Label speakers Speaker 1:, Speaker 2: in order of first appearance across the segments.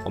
Speaker 1: 我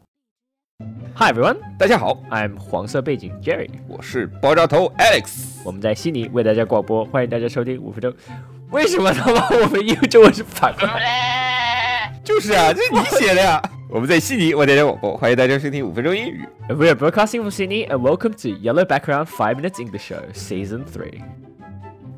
Speaker 2: Hi everyone,
Speaker 1: 大家好，
Speaker 2: I'm 黄色背景 Jerry。
Speaker 1: 我是爆炸头 Alex。
Speaker 2: 我们在悉尼为大家广播，欢迎大家收听五分钟。为什么他妈我们英文中文是反过来？
Speaker 1: 就是 啊，这是你写的呀。我们在悉尼，我点点广播，欢迎大家收听五分钟英语。
Speaker 2: We are broadcasting from Sydney and welcome to Yellow Background Five Minutes English Show Season Three。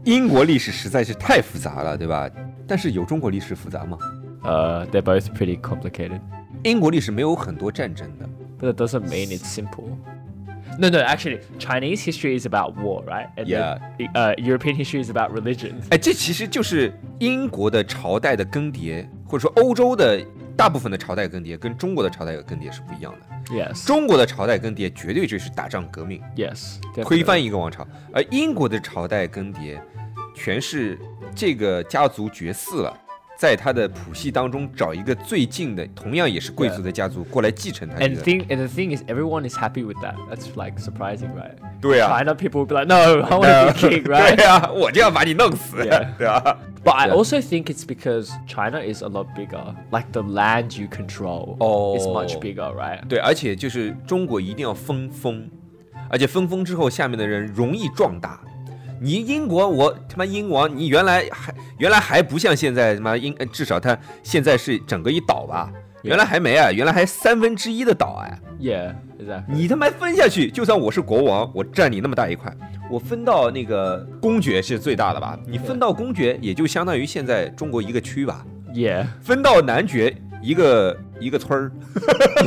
Speaker 1: 英国历史实在是太复杂了，对吧？但是有中国历史复杂吗？
Speaker 2: 呃、t h e y r e both pretty complicated,
Speaker 1: 英国历史没有很多战争的，
Speaker 2: but that doesn't mean it's simple. No, no, actually, Chinese history is about war, right? And then, uh, European history is about religion.
Speaker 1: 哎，这其实就是英国的朝代的更迭，或者说欧洲的大部分的朝代更迭跟中国的朝代更迭是不一样的。
Speaker 2: Yes.
Speaker 1: 中国的朝代更迭绝对就是打仗革命，
Speaker 2: Yes.
Speaker 1: 推
Speaker 2: definitely.
Speaker 1: 翻一个王朝，而英国的朝代更迭，全是这个家族绝嗣了，在他的谱系当中找一个最近的，同样也是贵族的家族过来继承他这
Speaker 2: And
Speaker 1: 个。
Speaker 2: thing and the thing is, everyone is happy with that. That's like surprising, right?
Speaker 1: 对 啊，
Speaker 2: China people will be like, no, I want to be king,
Speaker 1: 对
Speaker 2: right?
Speaker 1: 啊，我就要把你弄死
Speaker 2: Yeah.
Speaker 1: 对啊。
Speaker 2: But I
Speaker 1: Yeah.
Speaker 2: also think it's because China is a lot bigger. Like the land you control is
Speaker 1: Oh.
Speaker 2: much bigger, right?
Speaker 1: 对，而且就是中国一定要分封，而且分封之后，下面的人容易壮大。你英国，我他妈英王，你原来还原来还不像现在他妈英，呃至少他现在是整个一岛吧，原来还没啊，原来还三分之一的岛哎、
Speaker 2: Yeah, exactly.
Speaker 1: 你他妈分下去，就算我是国王，我占你那么大一块，我分到那个公爵是最大的吧？你分到公爵也就相当于现在中国一个区吧，
Speaker 2: Yeah.
Speaker 1: 分到男爵一个一个村儿，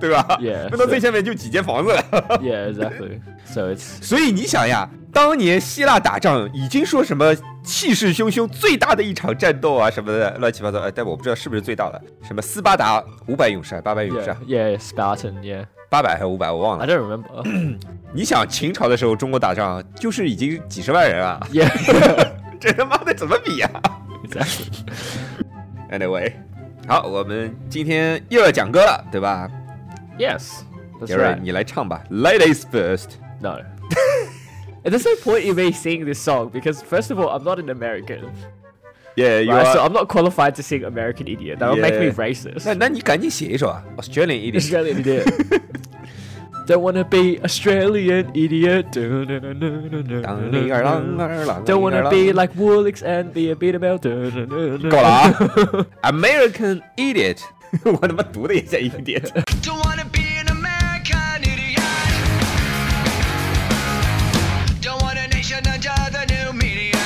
Speaker 1: 对吧
Speaker 2: Yeah，
Speaker 1: 分到最
Speaker 2: 是
Speaker 1: 下面就几间房子了。
Speaker 2: Yeah, exactly. So it's
Speaker 1: 所以你想呀，当年希腊打仗已经说什么气势汹汹，最大的一场战斗啊什么的，乱七八糟。哎，但我不知道是不是最大的，什么斯巴达五百勇士，八百勇士啊
Speaker 2: yeah,，yeah, Spartan, yeah.
Speaker 1: 八百还是五百，我忘
Speaker 2: I
Speaker 1: 了。
Speaker 2: don't remember.
Speaker 1: 你想秦朝的时候，中国打仗就是已经几十万人了，
Speaker 2: yeah,
Speaker 1: 这他妈的怎么比呀、
Speaker 2: exactly.
Speaker 1: a n y w a y 好，我们今天又要讲歌了，对吧？
Speaker 2: Yes. That's
Speaker 1: 杰瑞，
Speaker 2: right.
Speaker 1: 你来唱吧，Ladies First。
Speaker 2: No. And there's no point in me singing this song because first of all, I'm not an American.
Speaker 1: Yeah, you
Speaker 2: right?
Speaker 1: are-
Speaker 2: So I'm not qualified to sing American Idiot. That will make me
Speaker 1: Yeah.
Speaker 2: racist.
Speaker 1: 那那你赶紧写一首啊，Australian 一点。
Speaker 2: Australian idiot. Don't wanna be Australian idiot. Do, do, do, do, do, do,
Speaker 1: 当
Speaker 2: do,
Speaker 1: 铃儿啷
Speaker 2: do.
Speaker 1: 儿啷。
Speaker 2: Don't
Speaker 1: 铃儿
Speaker 2: wanna
Speaker 1: 啷
Speaker 2: be like Woolix and be a beta male. Do, do, do, do.
Speaker 1: 够了啊 ，American idiot。我 他妈读的也像 idiot。
Speaker 3: Don't wanna be an American idiot. Don't want a nation under the new media.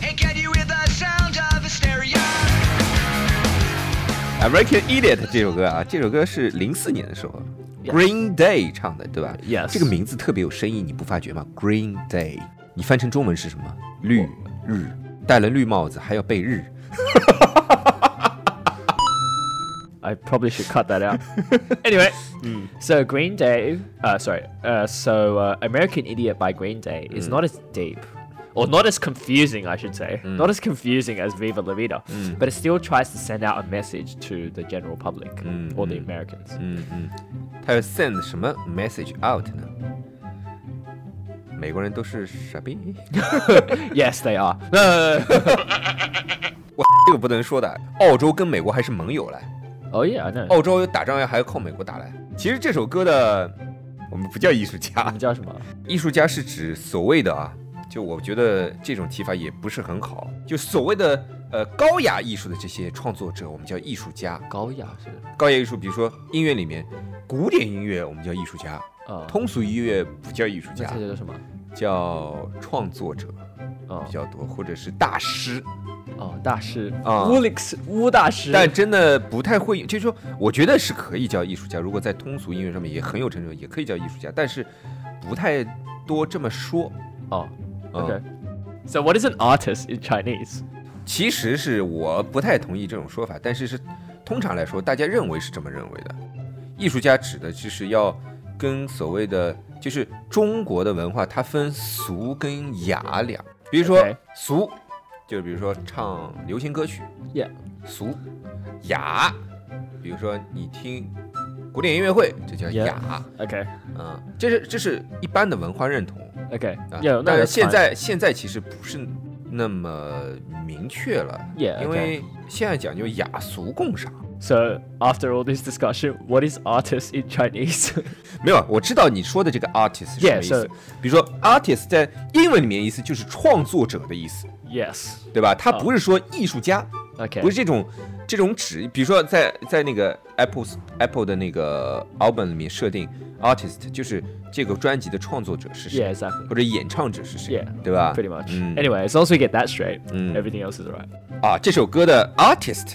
Speaker 3: Hey, can you hear the sound of hysteria?
Speaker 1: American idiot 这首歌啊，这首歌是零四年的时候
Speaker 2: Yes
Speaker 1: Green Day 唱的，对吧
Speaker 2: Yes
Speaker 1: 这个名字特别有深意，你不发觉吗？Green Day，你翻成中文是什么？绿日，戴了绿帽子还要被日。
Speaker 2: I probably should cut that out. Hmm. anyway, so Green Day, uh, sorry, uh, so uh, American Idiot by Green Day is not as deep, or not as confusing, I should say, not as confusing as Viva La Vida, but it still tries to send out a message to the general public or the Americans.
Speaker 1: 他要 send 什么 message out 呢？美国人都是傻逼，
Speaker 2: Yes, they are. No, no, no, no.
Speaker 1: 我这个不能说的。澳洲跟美国还是盟友嘞，
Speaker 2: oh yeah, I know.
Speaker 1: 澳洲打仗要还要靠美国打嘞。其实这首歌的，我们不叫艺术家，
Speaker 2: 我们叫什么？
Speaker 1: 艺术家是指所谓的啊，就我觉得这种提法也不是很好，就所谓的呃高雅艺术的这些创作者，我们叫艺术家。
Speaker 2: 高雅是
Speaker 1: 高雅艺术，比如说音乐里面，古典音乐我们叫艺术家，
Speaker 2: 啊，
Speaker 1: 通俗音乐不叫艺术家，
Speaker 2: 那这叫什么？
Speaker 1: 叫创作者。
Speaker 2: 哦
Speaker 1: 比较多，或者是大师，
Speaker 2: 哦，大师
Speaker 1: 啊
Speaker 2: ，Woolix 乌大师，
Speaker 1: 但真的不太会，就是说，我觉得是可以叫艺术家。如果在通俗音乐上面也很有成就，也可以叫艺术家，但是不太多这么说。
Speaker 2: 哦
Speaker 1: 嗯
Speaker 2: ，OK。So what is an artist in Chinese？
Speaker 1: 其实是我不太同意这种说法，但是是通常来说，大家认为是这么认为的。艺术家指的就是要跟所谓的就是中国的文化，它分俗跟雅两。比如说
Speaker 2: OK
Speaker 1: 俗，就比如说唱流行歌曲
Speaker 2: Yeah
Speaker 1: 俗；雅，比如说你听古典音乐会，这叫
Speaker 2: Yeah
Speaker 1: 雅。
Speaker 2: Okay.
Speaker 1: 啊，这是这是一般的文化认同。
Speaker 2: Okay.
Speaker 1: 啊
Speaker 2: Yeah.
Speaker 1: 但是
Speaker 2: No. that's
Speaker 1: 现
Speaker 2: fine.
Speaker 1: 在现在其实不是那么明确了
Speaker 2: Yeah,
Speaker 1: 因为现在讲究雅俗共赏。
Speaker 2: So after all this discussion, what is artist in Chinese？
Speaker 1: 没有，我知道你说的这个 artist 是什么
Speaker 2: Yeah,
Speaker 1: 意思
Speaker 2: so-
Speaker 1: 比如说 artist 在英文里面意思就是创作者的意思，
Speaker 2: yes.
Speaker 1: 对吧？它
Speaker 2: 哦
Speaker 1: 不是说艺术家
Speaker 2: Okay.
Speaker 1: 不是这种这种指，比如说在在那个 Apple Apple 的那个 album 里面设定 artist 就是这个专辑的创作者是谁
Speaker 2: Yeah. Exactly.
Speaker 1: 或者演唱者是谁
Speaker 2: Yeah,
Speaker 1: 对吧
Speaker 2: Pretty much.
Speaker 1: 嗯
Speaker 2: Anyway, as long as we get that straight,
Speaker 1: 嗯
Speaker 2: everything else is alright.
Speaker 1: 啊，这首歌的 artist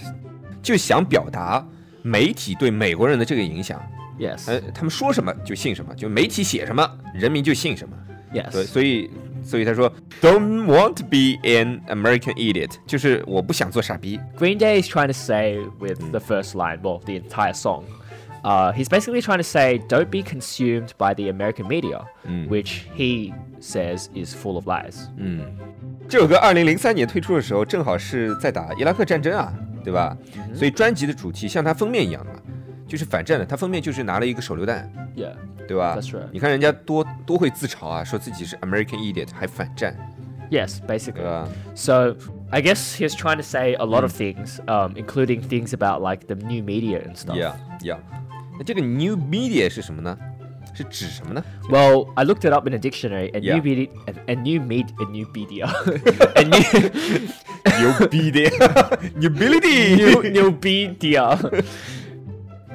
Speaker 1: 就想表达媒体对美国人的这个影响，
Speaker 2: Yes.
Speaker 1: 呃，他们说什么就信什么，就媒体写什么，人民就信什么。对，
Speaker 2: yes.
Speaker 1: 所以所以他说 Don't want to be an American idiot，就是我不想做傻逼。
Speaker 2: Green Day is trying to say with
Speaker 1: Mm.
Speaker 2: the first line, well, the entire song. Uh, he's basically trying to say, don't be consumed by the American media,
Speaker 1: Mm.
Speaker 2: which he says is full of lies.
Speaker 1: 嗯这首歌二零零三年推出的时候，正好是在打伊拉克战争啊，对吧？所以专辑的主题像它封面一样的嘛，啊就是反战的。它封面就是拿了一个手榴弹，
Speaker 2: Yeah.
Speaker 1: 对吧
Speaker 2: That's right
Speaker 1: 你看人家多多会自嘲啊，说自己是 American idiot，还反战，
Speaker 2: Yes, basically.
Speaker 1: 对吧？
Speaker 2: So I guess he's trying to say a
Speaker 1: Mm.
Speaker 2: lot of things, um, including things about like the new media and stuff.
Speaker 1: Yeah, yeah. 那这个 new media 是什么呢？是指什么呢？
Speaker 2: Well, I looked it up in a dictionary, and
Speaker 1: Yeah.
Speaker 2: new media, and, and new media, and new media, and new
Speaker 1: New media，new ability。
Speaker 2: new, new media.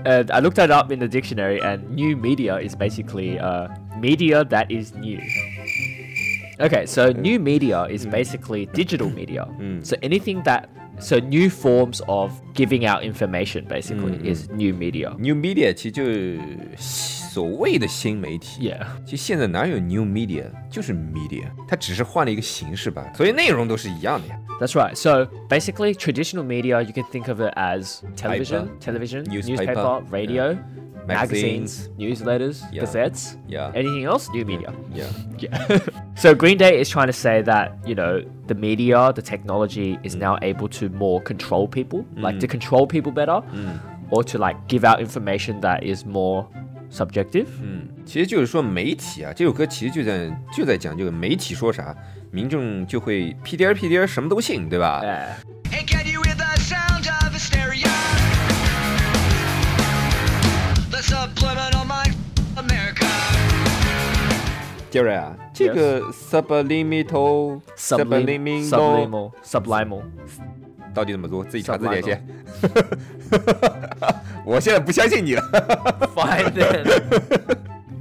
Speaker 2: And I looked that up in the dictionary, and new media is basically uh, media that is new. Okay, so new media is
Speaker 1: Hmm.
Speaker 2: basically digital media. So anything that, so new forms of giving out information basically
Speaker 1: Hmm,
Speaker 2: is new media.
Speaker 1: New media 其实就是所谓的新媒体。
Speaker 2: Yeah.
Speaker 1: 其实现在哪有 new media，就是 media，它只是换了一个形式吧，所以内容都是一样的呀。
Speaker 2: That's right. So basically, traditional media you can think of it as television, television,
Speaker 1: Newspaper.
Speaker 2: newspaper, radio,
Speaker 1: Magazines.
Speaker 2: magazines, newsletters,
Speaker 1: Yeah.
Speaker 2: gazettes.
Speaker 1: Yeah.
Speaker 2: Anything else? New media.
Speaker 1: Yeah.
Speaker 2: Yeah. so Green Day is trying to say that you know the media, the technology is now able to more control people, like to control people better, or to like give out information that is more subjective.
Speaker 1: 其实就是说媒体啊，这首歌其实就在就在讲这个媒体说啥，民众就会屁颠儿屁颠儿什么都信，对吧？
Speaker 2: Yeah.
Speaker 3: Hey, can you hear the sound of hysteria? The subliminal mind of America.
Speaker 1: 杰瑞啊，这个 subliminal
Speaker 2: Sublim-
Speaker 1: subliminal
Speaker 2: subliminal, subliminal.
Speaker 1: 到底怎么读？自己查字典先。 我现在不相信你了。
Speaker 2: Fine then.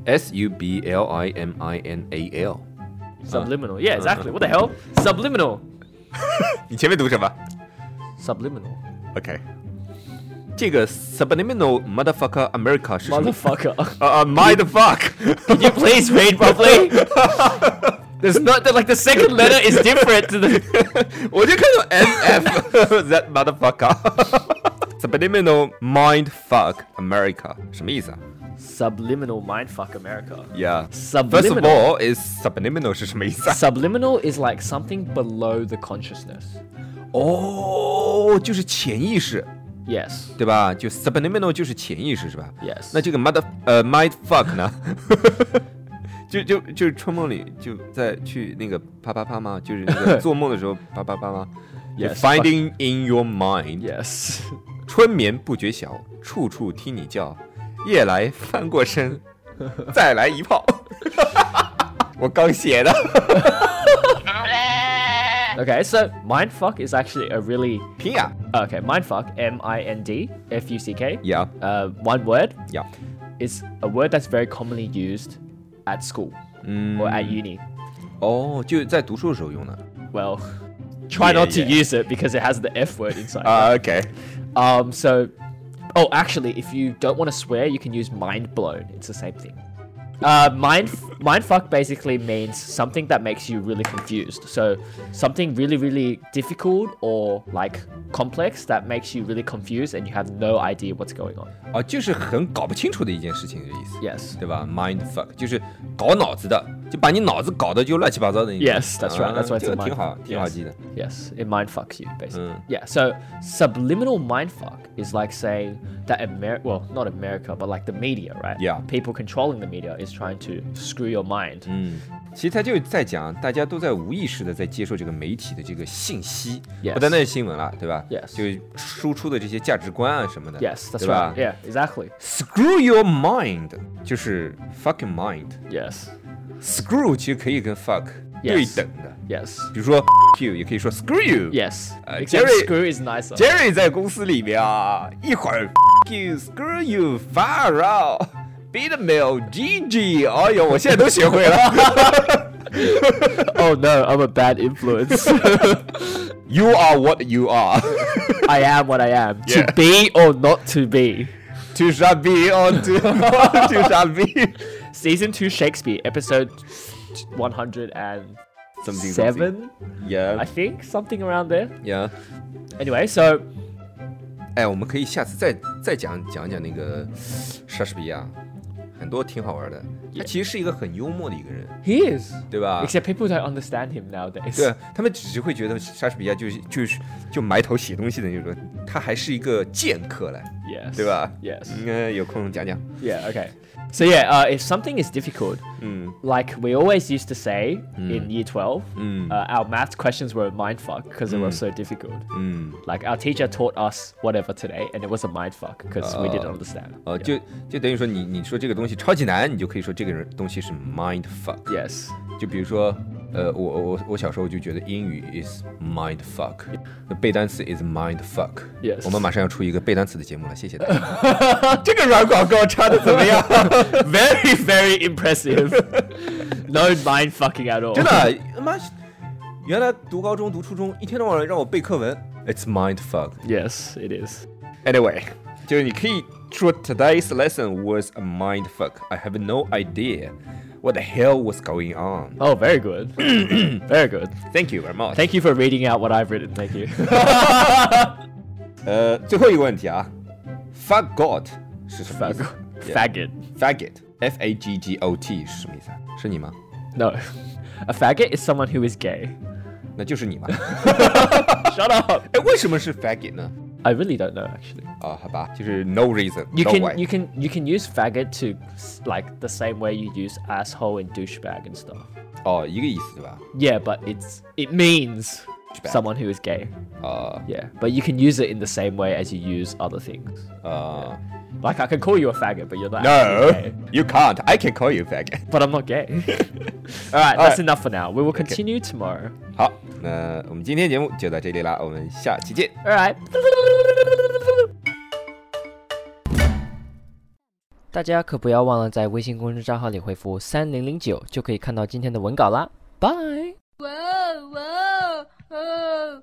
Speaker 1: S U B L I M I N A L，
Speaker 2: Subliminal. Yeah, exactly. What the hell? Subliminal.
Speaker 1: 你前面读什么
Speaker 2: Subliminal.
Speaker 1: ？OK，这个 subliminal motherfucker America 是什么？
Speaker 2: Motherfucker.
Speaker 1: 啊啊，mindfuck。
Speaker 2: Can you please read properly? There's not the, like the second letter is different to the
Speaker 1: 我就看到 SF that motherfucker。Subliminal mindfuck America 什么意思啊
Speaker 2: subliminal mindfuck America.
Speaker 1: ？Yeah. First of
Speaker 2: Subliminal.
Speaker 1: all, is subliminal 是什么意思啊？
Speaker 2: Subliminal is like something below the consciousness.
Speaker 1: 哦，就是潜意识，
Speaker 2: Yes.
Speaker 1: 对吧？就 subliminal 就是潜意识，是吧
Speaker 2: Yes.
Speaker 1: 那这个 mother 呃 mind fuck 呢？ 就就就是春梦里就在去那个啪啪啪吗？就是那个做梦的时候啪啪啪吗就
Speaker 2: Yes,
Speaker 1: ？Finding in your mind，、
Speaker 2: Yes.
Speaker 1: 春眠不觉晓，处处听你叫，夜来翻过身，再来一炮。 我刚写的，
Speaker 2: Okay, so mindfuck is actually a really
Speaker 1: 拼呀
Speaker 2: okay, mindfuck, M I N D F U C K.
Speaker 1: 呀
Speaker 2: Uh, one word
Speaker 1: 呀
Speaker 2: is a word that's very commonly used
Speaker 4: Mm.
Speaker 2: at school or at uni.
Speaker 1: 哦，就在读书的时候用的。
Speaker 2: Well, try
Speaker 4: Yeah,
Speaker 2: not to
Speaker 4: yeah.
Speaker 2: use it because it has the F word inside.
Speaker 4: Ah, okay.
Speaker 2: Um, so, oh, actually, if you don't want to swear, you can use mind blown. It's the same thing. Uh, mind mind fuck basically means something that makes you really confused. So something really really difficult or like complex that makes you really confused and you have no idea what's going on.
Speaker 1: 啊，就是很搞不清楚的一件事情的意思
Speaker 2: Yes.
Speaker 1: 对吧？Mind fuck 就是搞脑子的，就把你脑子搞得就乱七八糟的那种。
Speaker 2: Yes, that's right,
Speaker 1: 啊
Speaker 2: that's why
Speaker 1: 这
Speaker 2: it's
Speaker 1: 个
Speaker 2: a mind
Speaker 1: 挺好，
Speaker 2: fuck,
Speaker 1: 挺好
Speaker 2: yes.
Speaker 1: 记的。
Speaker 2: Yes, it mind fucks you basically.
Speaker 1: Mm.
Speaker 2: Yeah. So subliminal mind fuck is like saying that America, well, not America, but like the media, right?
Speaker 1: Yeah.
Speaker 2: People controlling the media is trying to screw your mind.
Speaker 1: 嗯，其实他就是在讲，大家都在无意识的在接受这个媒体的这个信息
Speaker 2: Yes.
Speaker 1: 不单单是新闻了，对吧
Speaker 2: Yes.
Speaker 1: 就输出的这些价值观啊什么的
Speaker 2: Yes, that's
Speaker 1: 对吧
Speaker 2: right. Yeah, exactly.
Speaker 1: Screw your mind 就是 fucking mind。
Speaker 2: Yes.
Speaker 1: Screw 其实可以跟 fuck
Speaker 2: Yes.
Speaker 1: 对等的，
Speaker 2: Yes.
Speaker 1: 比如说 you 也可以说 screw you。
Speaker 2: Yes.
Speaker 1: Uh,
Speaker 2: Except
Speaker 1: Jerry-
Speaker 2: screw is nicer.
Speaker 1: Jerry 在公司里面啊，一会儿 f you screw you far out。Beat mill GG，哎呦，我现在都学会了。
Speaker 2: oh no, I'm a bad influence.
Speaker 1: You are what you are,
Speaker 2: I am what I am.
Speaker 1: Yeah.
Speaker 2: To be or not to be.
Speaker 1: to s h a be on to to s h a be
Speaker 2: Season 2 Shakespeare, episode 107,
Speaker 1: something something.
Speaker 2: I
Speaker 1: Yeah,
Speaker 2: think, something around there.
Speaker 1: yeah.
Speaker 2: Anyway, so
Speaker 1: 哎，我们可以下次再再讲讲讲那个莎士比亚，很多挺好玩的。他其实是一个很幽默的一个人，
Speaker 2: he is.
Speaker 1: 对吧？
Speaker 2: Except people don't understand him nowadays.
Speaker 1: 对他们只是会觉得莎士比亚就是就是就埋头写东西的那种，他还是一个剑客嘞，
Speaker 2: Yes.
Speaker 1: 对吧
Speaker 2: Yes.
Speaker 1: 应该有空讲讲。
Speaker 2: Yeah, okay. So yeah, uh, if something is difficult, like we always used to say in year 12, uh, our math questions were a mindfuck because they were so difficult. Like our teacher taught us whatever today and it was a mindfuck because we didn't understand.
Speaker 1: 呃，
Speaker 2: Yeah.
Speaker 1: 就就等于说你你说这个东西超级难，你就可以说这个人东西是 mind fuck。
Speaker 2: Yes.
Speaker 1: 就比如说，呃，我我我我小时候就觉得英语 is mind fuck，背单词 is mind fuck。
Speaker 2: Yes
Speaker 1: 我们马上要出一个背单词的节目了，谢谢大家。这个软广告插的怎么样？
Speaker 2: very, very impressive. no mind fucking at all.
Speaker 1: 真的，他妈，原来读高中读初中一天到晚让我背课文，it's mind fuck。
Speaker 2: Yes, it is.
Speaker 1: Anyway，就是你可以说 today's lesson was a mind fuck. I have no idea what the hell was going on.
Speaker 2: Oh, very good. very good.
Speaker 1: Thank you very much.
Speaker 2: Thank you for reading out what I've written. Thank you.
Speaker 1: 呃，Uh, 最后一个问题啊，fuck God 是什么意思
Speaker 2: Faggot.
Speaker 1: Faggot F A G G O T 是什么意思啊？是你吗？
Speaker 2: No. A faggot is someone who is gay.
Speaker 1: 那就是你吧。
Speaker 2: Shut up.
Speaker 1: 哎，为什么是 faggot 呢？
Speaker 2: I really don't know actually.
Speaker 1: 啊，好吧，就是 no reason。
Speaker 2: You
Speaker 1: no
Speaker 2: can
Speaker 1: why
Speaker 2: you can you can use faggot to s- like the same way you use asshole and douchebag and stuff.
Speaker 1: 哦，一个意思对吧？
Speaker 2: Yeah, but it's it means
Speaker 1: Douchebag.
Speaker 2: someone who is gay.
Speaker 1: 啊
Speaker 2: Yeah, but you can use it in the same way as you use other things.
Speaker 1: 呃
Speaker 2: Like I can call you a faggot, but you're not.
Speaker 1: ，no
Speaker 2: actually gay.
Speaker 1: you can't. I can call you faggot.
Speaker 2: But I'm not gay. All right, that's enough for now. We will continue tomorrow.
Speaker 1: 好，那我们今天节目就到这里啦，我们下期见。
Speaker 2: All right.
Speaker 5: 大家可不要忘了在微信公众账号里回复三零零九，就可以看到今天的文稿啦。拜。
Speaker 6: Whoa, whoa, oh. whoa.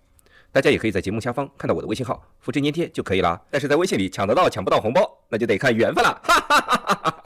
Speaker 1: 大家也可以在节目下方看到我的微信号，复制粘贴就可以啦。但是在微信里抢得到抢不到红包，那就得看缘分了。哈哈哈哈哈哈。